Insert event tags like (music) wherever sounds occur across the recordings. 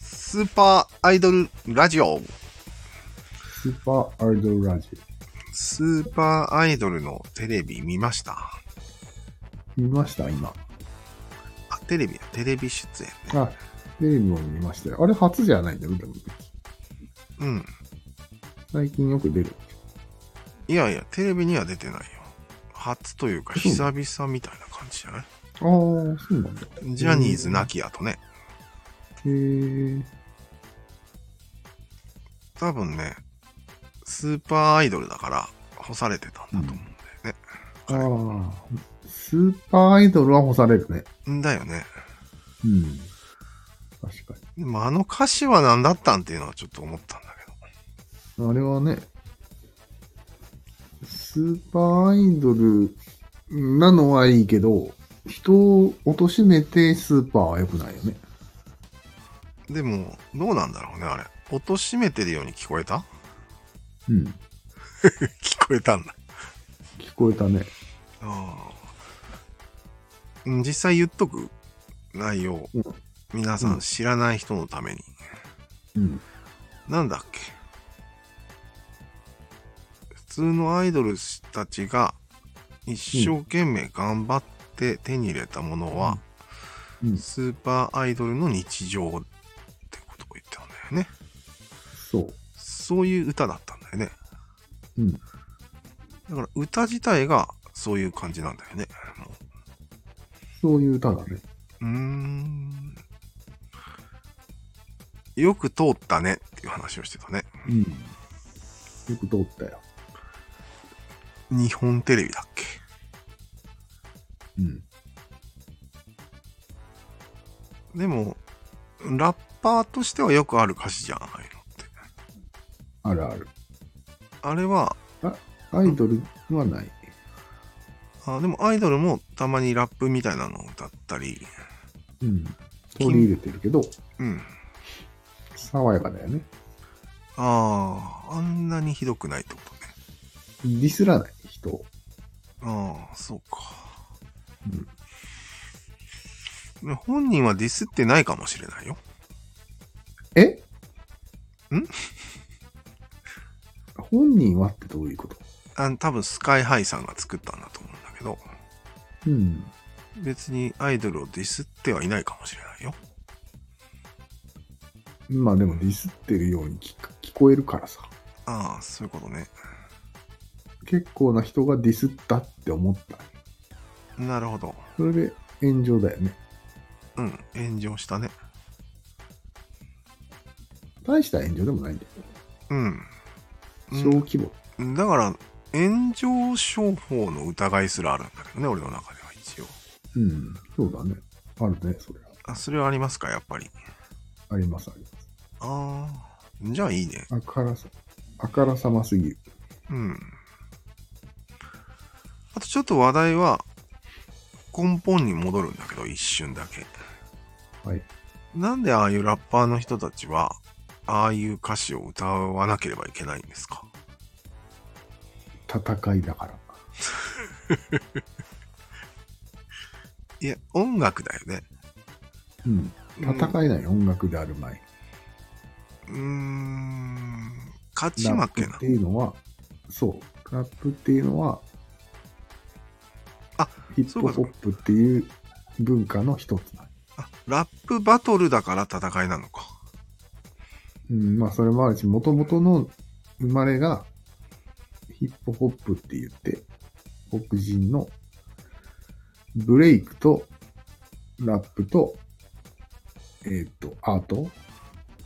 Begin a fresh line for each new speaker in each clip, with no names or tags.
スーパーアイドルラジオ。
スーパーアイドルラジ
スーパーアイドルのテレビ見ました。
オ。見ました今。
あ、テレビだ。テレビ出演ね。
あ、テレビも見ましたよ。あれ初じゃないんだよ、でも
うん。
最近よく出る。
いやいや、テレビには出てないよ。初というか、久々みたいな感じじゃない
ああ、そうなんだ。
ジャニーズなきやとね。
へえ。
多分ね、スーパーアイドルだから干されてたんだと思うんだよね。
ああ、スーパーアイドルは干されるね。
んだよね。
うん。確か
でもあの歌詞は何だったんっていうのはちょっと思ったんだけど。
に。あれはね、スーパーアイドルなのはいいけど、人を貶めてスーパーは良くないよね。
でも、どうなんだろうね、あれ。貶としめてるように聞こえた
うん。
(laughs) 聞こえたんだ。
聞こえたね。
あーうん実際言っとく内容、
うん
皆さん知らない人のために。
うん。
なんだっけ普通のアイドルたちが一生懸命頑張って手に入れたものは、
うん、
スーパーアイドルの日常ってことを言ってたんだよね。
そう。
そういう歌だったんだよね。
うん。
だから歌自体がそういう感じなんだよね。も
そういう歌だね。
ううーん。よく通ったねっていう話をしてたね。
うん。よく通ったよ。
日本テレビだっけ
うん。
でも、ラッパーとしてはよくある歌詞じゃん、ああいうのって。
あるある。
あれは、
アイドルはない。
あでもアイドルもたまにラップみたいなのを歌ったり、
うん。取り入れてるけど、
うん。
爽やかだよね。
ああ、あんなにひどくないってことね。
ディスらない人を。
ああ、そうか。
うん。
ね本人はディスってないかもしれないよ。
え
ん
本人はってどういうこと
あ多分スカイハイさんが作ったんだと思うんだけど、
うん。
別にアイドルをディスってはいないかもしれないよ。
まあでもディスってるように聞く聞こえるからさ。
ああ、そういうことね。
結構な人がディスったって思った。
なるほど。
それで炎上だよね。
うん、炎上したね。
大した炎上でもないんだよ。
うん。
小規模。
うんだから、炎上商法の疑いすらあるんだけどね、俺の中では一応。
うん。そうだね。あるね、それは。
あ、それはありますか、やっぱり。
あります、あります。
ああ、じゃあいいね。
あからさ、あからさますぎる。
うん。あとちょっと話題は、根本に戻るんだけど、一瞬だけ。
はい。
なんでああいうラッパーの人たちは、ああいう歌詞を歌わなければいけないんですか
戦いだから。
いや、音楽だよね。
うん。戦えない、音楽である前。
うーん、勝ち負け
ラップっ
な
て。いうのは、そう。ラップっていうのは、
あ、
ヒップホップっていう文化の一つだ。
あ、ラップバトルだから戦いなのか。
うん、まあそれもあるし、元々の生まれがヒップホップって言って、黒人のブレイクとラップと、えっ、と、アート、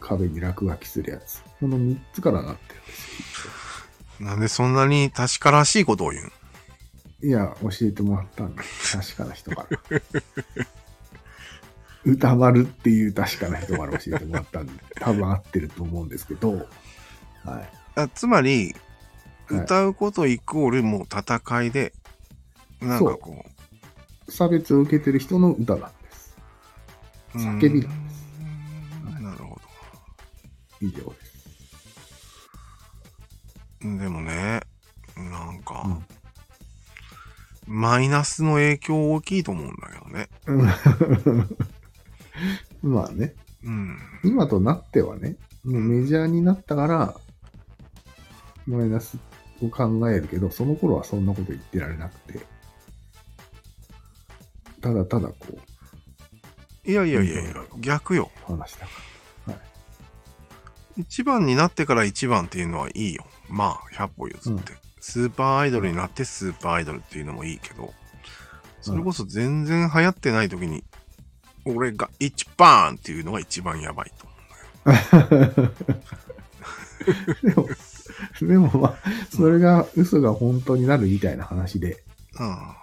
壁に落書きするやつ。この3つからなってるんですよ
なんでそんなに確からしいことを言うん
いや、教えてもらったんだ。確かな人から。歌丸っていう確かな人から教えてもらったんで、多分合ってると思うんですけど、はい。
あつまり、
はい
歌うことイコールもう戦いで、なんかこう、
差別を受けてる人の歌なんです。
う
そう
ーん
叫びなんです
なるほ
以上です。
ど。でもね、なんか、マイナスの影響大きいと思うんだけどね。
うん (laughs) まあね。
ううん。
今となってはね、もうメジャーになったから、マイナスを考えるけど、その頃はそんなこと言ってられなくて、ただただこう、
いやいやいやいや、逆よ。
話したか
一番になってから一番っていうのはいいよ。まあ、100歩譲って。スーパーアイドルになってスーパーアイドルっていうのもいいけど、それこそ全然流行ってない時に、俺が一番っていうのが一番やばいと思うんだよ。
(laughs) ら。でも、でもまあ、それが嘘が本当になるみたいな話で、
あ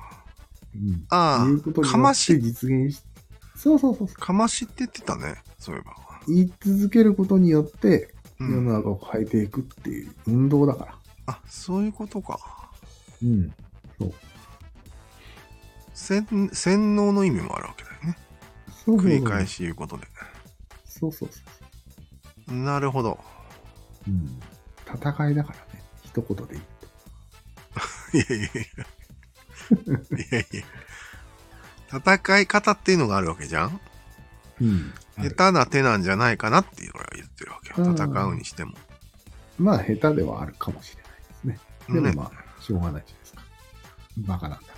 うん。
あ
言うこと
ー、
に
か
よ
ま
っ、
して
実現し、そうそうそうそう。
かましって言ってたね、そういえば。
言い続けることによって、
う
世
ん
の中を変えていくっていう運動だから。
あ、そういうことか。
うん。そう。
洗洗脳の意味もあるわけだよね。
そうそうそう
繰り返。し言うことで。
そうそうそう。
なるほど。
うん。戦いだからね。一言で言うと。
いやいやいや。いやいや。戦い方っていうのがあるわけじゃん
うん。あ
下
る
手な手なんじゃないかなって俺は言ってるわけ
う
よ。
ん
戦うにしても。
まあ、下手ではあるかもしれないですね。で
ね
もまあ、しょうがないじゃないですか。バカなんだか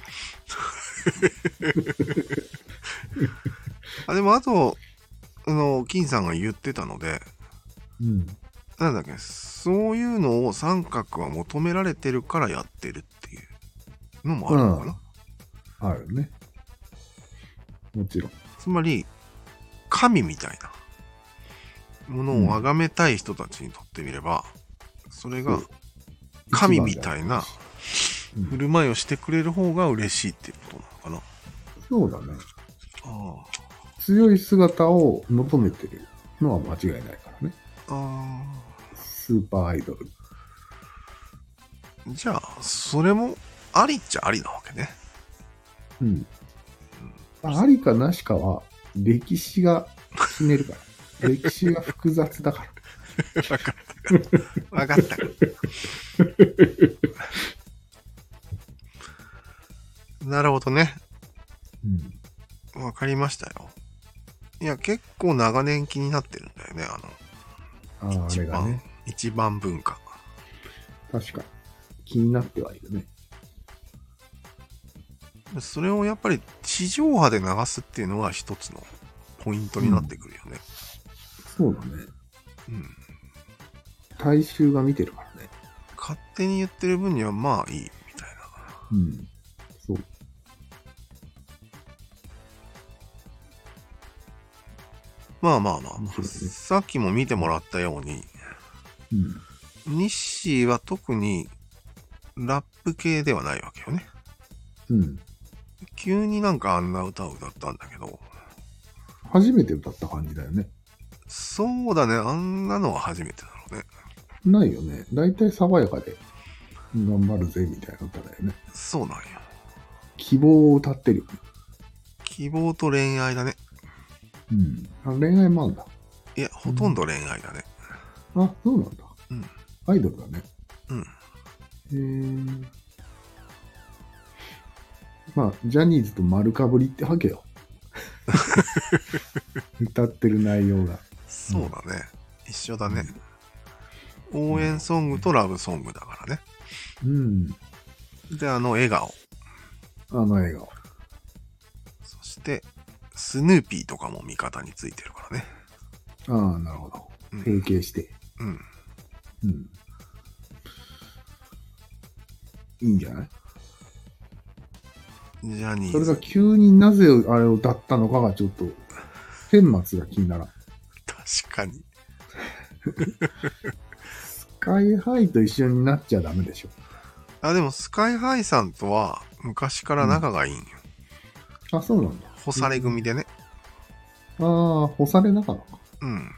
あでもあと、あの、金さんが言ってたので、
ら。うん。
なんだっけ、そういうのを三角は求められてるからやってるっていうのもあるのかな。
あるね。もちろん。
つまり、神みたいなものを崇めたい人たちにとってみれば、それが
そう
神みたいな
一番だよ
振る舞いをしてくれる方が嬉しいっていうことなのか
そうだね。
な。
強い姿を求めてるのは間違いないからね。
ああ
スーパーアイドル。
ー。じゃあ、それもありっちゃありなわけね。
うん。あありかなしかは、歴史がひねる (laughs) から。歴史が複雑だから。
わかった。わかった。 (laughs) なるほどね。
うん。
わかりましたよ。いや、結構長年気になってるんだよね。あ
ああ
の、
あ
一
れが
番、
ね。
一番文化。
確かに。気になってはいるね。
それをやっぱり地上波で流すっていうのが一つのポイントになってくるよね。
そうだね。
うん
大衆が見てるからね。
勝手に言ってる分にはまあいいみたい
うん。そう。
な。まあまあまあ、ま
そう
あ、
ですね
さっきも見てもらったように、
うん。
日誌は特にラップ系ではないわけよね。
うん。
急になんかあんな歌を歌ったんだけど、
初めて歌った感じだよね。
そうだね、あんなのは初めてだろうね。
ないよね。だいたい爽やかで、頑張るぜみたいな歌だよね。
そうなんよ。
希望を歌ってるよね。
希望と恋愛だね。
うん。あ恋愛もあんだ。
いや、ほとんど恋愛だね。
あ、そうなんだ。
うん
アイドルだね。
うん。
へーまあ、ジャニーズと丸かぶりってわ
(laughs)
けよ。歌ってる内容が。
そうだね。一緒だね。応援ソングとラブソングだからね。
うん。
で、あの笑顔。
あの笑顔。
そして、スヌーピーとかも味方についてるからね。
ああ、なるほど。
うん
提携して。
うん。
うん。いいんじゃない
ジャニ
そ
ー
れ
ズ
が。急になぜあれを歌ったのかがちょっと、顛末が気にならん。
確かに。
スカイハイと一緒になっちゃダメでしょ。
あ、でも、スカイハイさんとは昔から仲がいいんよ。
あ、そうなんだ。
干され組でね。
ああ、干されなかった。
うん。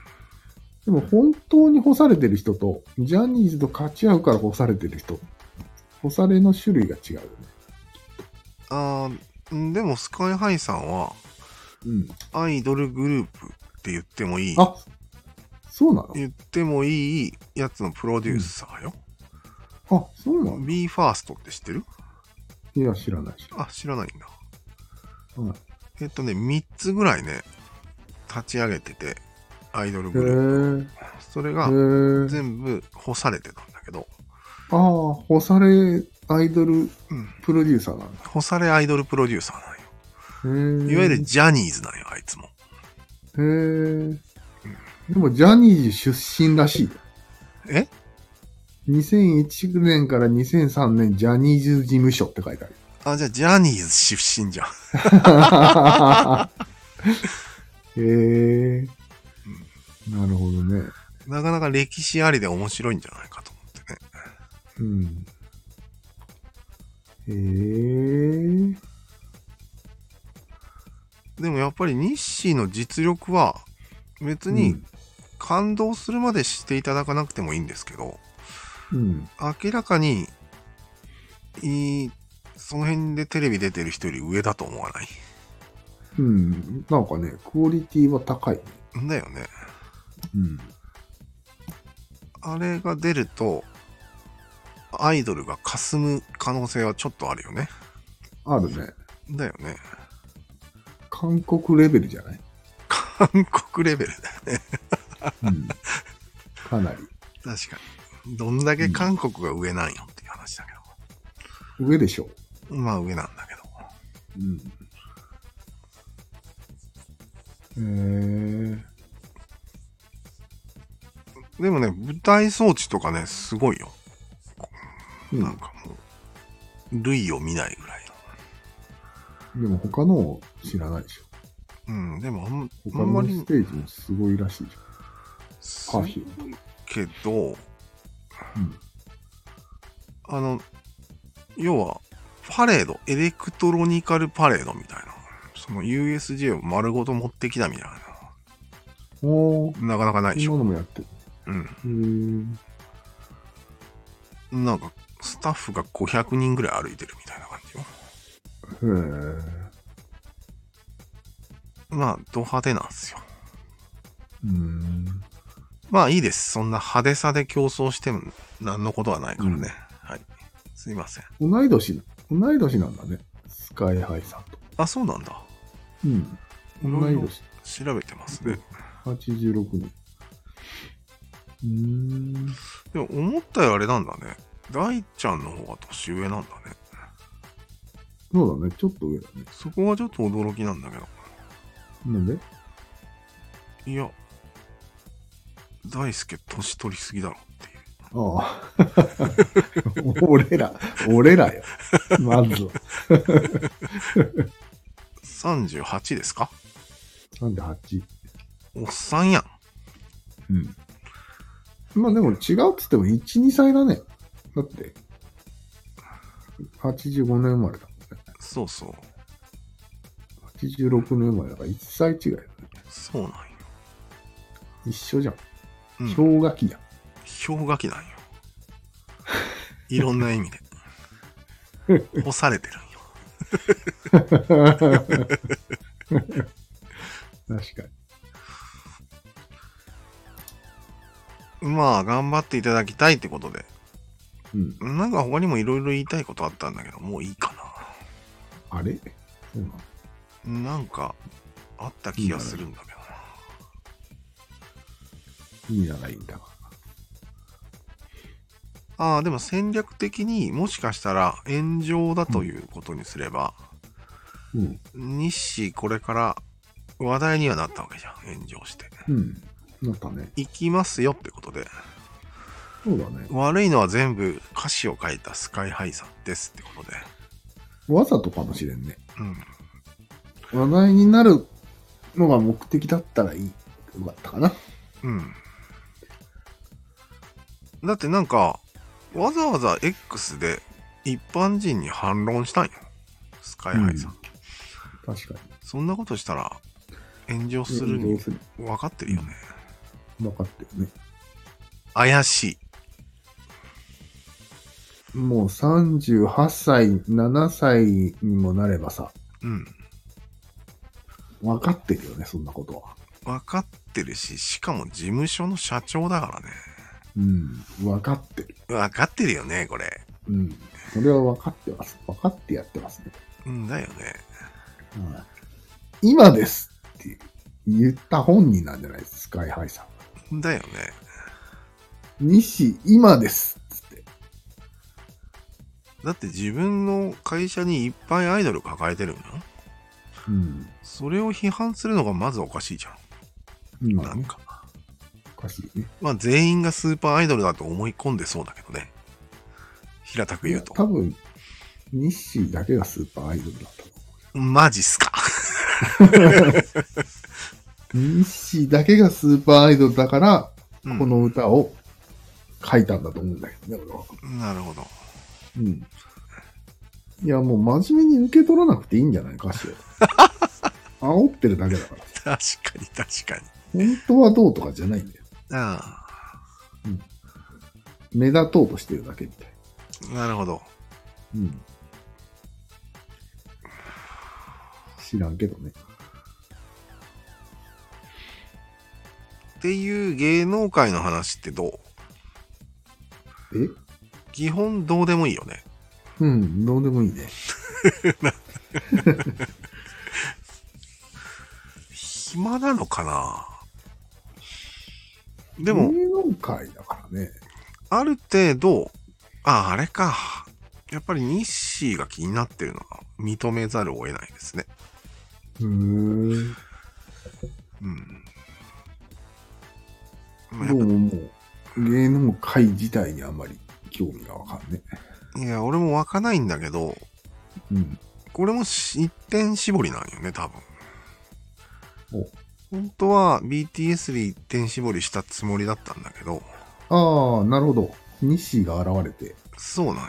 でも本当に干されてる人と、ジャニーズと勝ち合うから干されてる人、干されの種類が違うよね。
あーでも、スカイハイさんは
うん。
アイドルグループって言ってもいい。
あ、そうなの
言ってもいいやつのプロデューサーよ。
あ、そうなの
BE:FIRST って知ってる
いや、知らないし。
あ、知らないんだ。
うん。
えっとね、3つぐらいね、立ち上げてて、アイドル
へ
グルー
え。
プ。それ
へ
が
え。
全部干されてたんだけど、
ああ、干されアイドル
うん、
プロデューサーなんだ。
干されアイドルプロデューサーなんよ。
へえ。
いわゆるジャニーズなんよ、あいつも。
へえ。でも、ジャニーズ出身らしい。
え
2001年から2003年、ジャニーズ事務所って書いてある。
あ、じゃあジャニーズ出身じゃん。
へえ。なるほどね。
なかなか歴史ありで面白いんじゃないかと思ってね。
うん。へえ。
でもやっぱり日誌の実力は別
う
に
ん
感動するまでしていただかなくてもいいんですけど、
うん。
明らかに、いい、その辺でテレビ出てる人より上だと思わない。
うん。なんかね、クオリティは高い。
んだよね。
うん。
あれが出ると、アイドルが霞む可能性はちょっとあるよね。
あるね。
だよね。
韓国レベルじゃない
韓国レベルだ。
うん。 (laughs) かなり。
確かに。どんだけ韓国が上なんよっていう話だけ
上でしょ
ど。まあ上なんだけど。
うん。へえ。
でもね、舞台装置とかね、すごいよ。
うん
なんかもう、類を見ないぐらい
でも他のを知らないでしょ。
の。うん、でもあんあ
他
んま
の
り
ステージもすごいらしいじ
す
ゃん。パフューム。
けど、
うん
あの、要は、パレード、エレクトロニカルパレードみたいな。その USJ を丸ごと持ってきたみたい
おー、
な。なかなかないでし
今
ょ。
のもやってる。
うん。
へー
なんか、スタッフが500人ぐらい歩いてるみたいな感じよ。
へー
まあ、ド派手なんですよ。
うーん。
まあいいです。そんな派手さで競争しても何のことはないからね。
うん
はい。すいません。
同い年、同い年なんだね。スカイハイさんと。
あ、そうなんだ。
うん。同い年。
調べてますね。
86年。うーん。
でも思ったよりあれなんだね。大ちゃんの方が年上なんだね。
そうだね。ちょっと上だね。
そこがちょっと驚きなんだけど。
なんで
いや、大輔年取りすぎだろっていう。
あ (laughs) あ。俺ら、俺らよ。まずは。
38ですか
なんで8。
おっさんやん。
うん。まあでも違うっつっても1、2歳だね。だって、85年生まれだもんね。
そうそう。
86年生まれだから1歳違いだね。
そうなんよ。
一緒じゃん。
うん、
氷河期じゃん。
氷河期なんよ。いろんな意
(laughs)
味で。干されてるんよ。
確かに。
まあ、頑張っていただきたいってことで。
うん。
なんか他にもいろいろ言いたいことあったんだけど、もういいか
あれそうなの
な。なんか、あった気がするんだけどな。
いいならいいんだわ。
ああ、でも戦略的にもしかしたら炎上だということにすれば、
うん。
日誌これから話題にはなったわけじゃん、炎上して。
うん。なったね。
行きますよってことで、
そうだね。
悪いのは全部歌詞を書いたスカイハイさんですってことで。
わざとかもしれんね。
うん。
話題になるのが目的だったらいい。よかったかな。
うん。だってなんか、わざわざ X で一般人に反論したんよ。スカイハイさん。
う確かに。
そんなことしたら炎上する
どう
に
する
分かってるよね。
分かってるね。
怪し
もう38歳、7歳にもなればさ、
い。うん。
分かってるよね、そんなことは。
分かってるし、しかも事務所の社長だからね。
うん。分かってる。
分かってるよね、これ。
うん。それは分かってます。分かってやってますね。
うんだよね。
はい今ですって言った本人なんじゃないですか、スカイハイさん。
だよね。
西、今ですっつって。
だって自分の会社にいっぱいアイドル抱えてるの
うん。
それを批判するのがまずおかしいじゃん。な
今
ん
ね、
か。
おかしいね。
まあ全員がスーパーアイドルだと思い込んでそうだけどね。平たく言うと。
多分、西だけがスーパーアイドルだったと思
マジっすか。
う。西だけがスーパーアイドルだから、
うん
この歌を書いたんだと思うんだけどね、俺は。
なるほど。
うん。いや、もう真面目に受け取らなくていいんじゃない歌詞を。 (laughs) 煽ってるだけだから。
確かに確か
本当はどうとかじゃないんだよ。
に。あ
目立とうとしてるだけみたい
あ、なるほど。
な。うん。知らんけどね。
っていう芸能界の話ってどう
え
基本どうでもいいよね。
うん、どうでもいいね。
暇なのかなでも、
芸能界だからね。
ある程度、あ、あれか。やっぱりニッシーが気になってるのは認めざるを得ないですね。
うーん。
うん。まあや
ど
っ
うももう、芸能界自体にあんまり興味がわかんね。
ぱいや、俺も湧かないんだけど、
うん。
これもし一点絞りなんよね、多分
お。
本当は BTS で一点絞りしたつもりだったんだけど、
ああ、なるほど。西が現れて、
そうなんよ。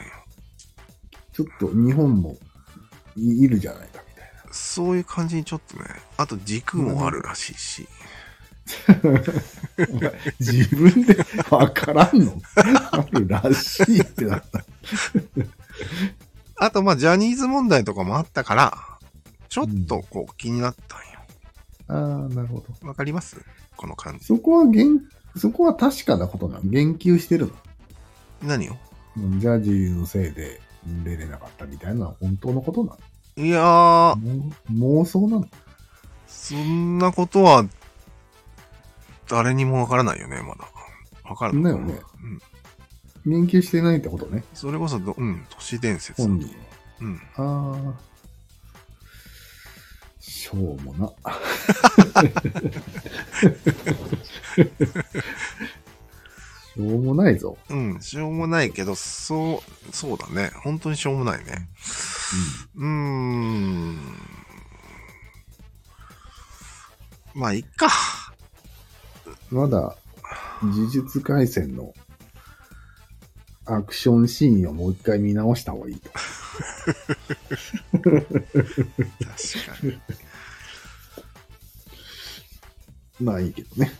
ちょっと日本もいいるじゃないかみたい
そういう感じにちょっとね、あと軸もあるらしいし、
な。 (laughs) 自分でわか
(laughs)
らんのあるらしいってなった。
あとまあジャニーズ問題とかもあったから、ちょっとこう気になったんよ。
ああ、なるほど。
わかりますこの感じ。
そこは言、そこは確かなことなの。言及してる
何を
の。うんジャージーのせいで出れなかったみたいなのは本当のことない
やー、
の。もう妄想なの。
そんなことは、誰にもわからないよね、まだ。わからない。
だよね
うん。
言及してないってことね。
それこそど、うん、都市伝説。う
本
ん。
人は。ああ。しょうもな。しょうもないぞ。
うん、しょうもないけど、そう、そうだね。本当にしょうもないね。うーん。まあ、いっか。
まだ、呪術廻戦のアクションシーンをもう一回見直した方がいいと。
確かに。
まあいいけどね。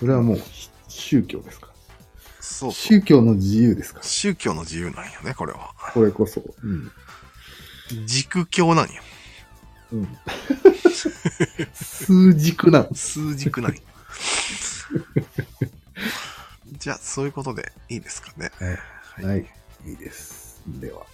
それはもうひ宗教ですか
そ
ら。
うそう。
(laughs) 宗教の自由ですから。
宗教の自由なんよね、これは。
これこそ。うん。
軸教なんよ。 (laughs)
うん。数軸なの。
数軸
(laughs)
ない。じゃあ、そういうことでいいですかね。
は。
はい
はい。いいです。では。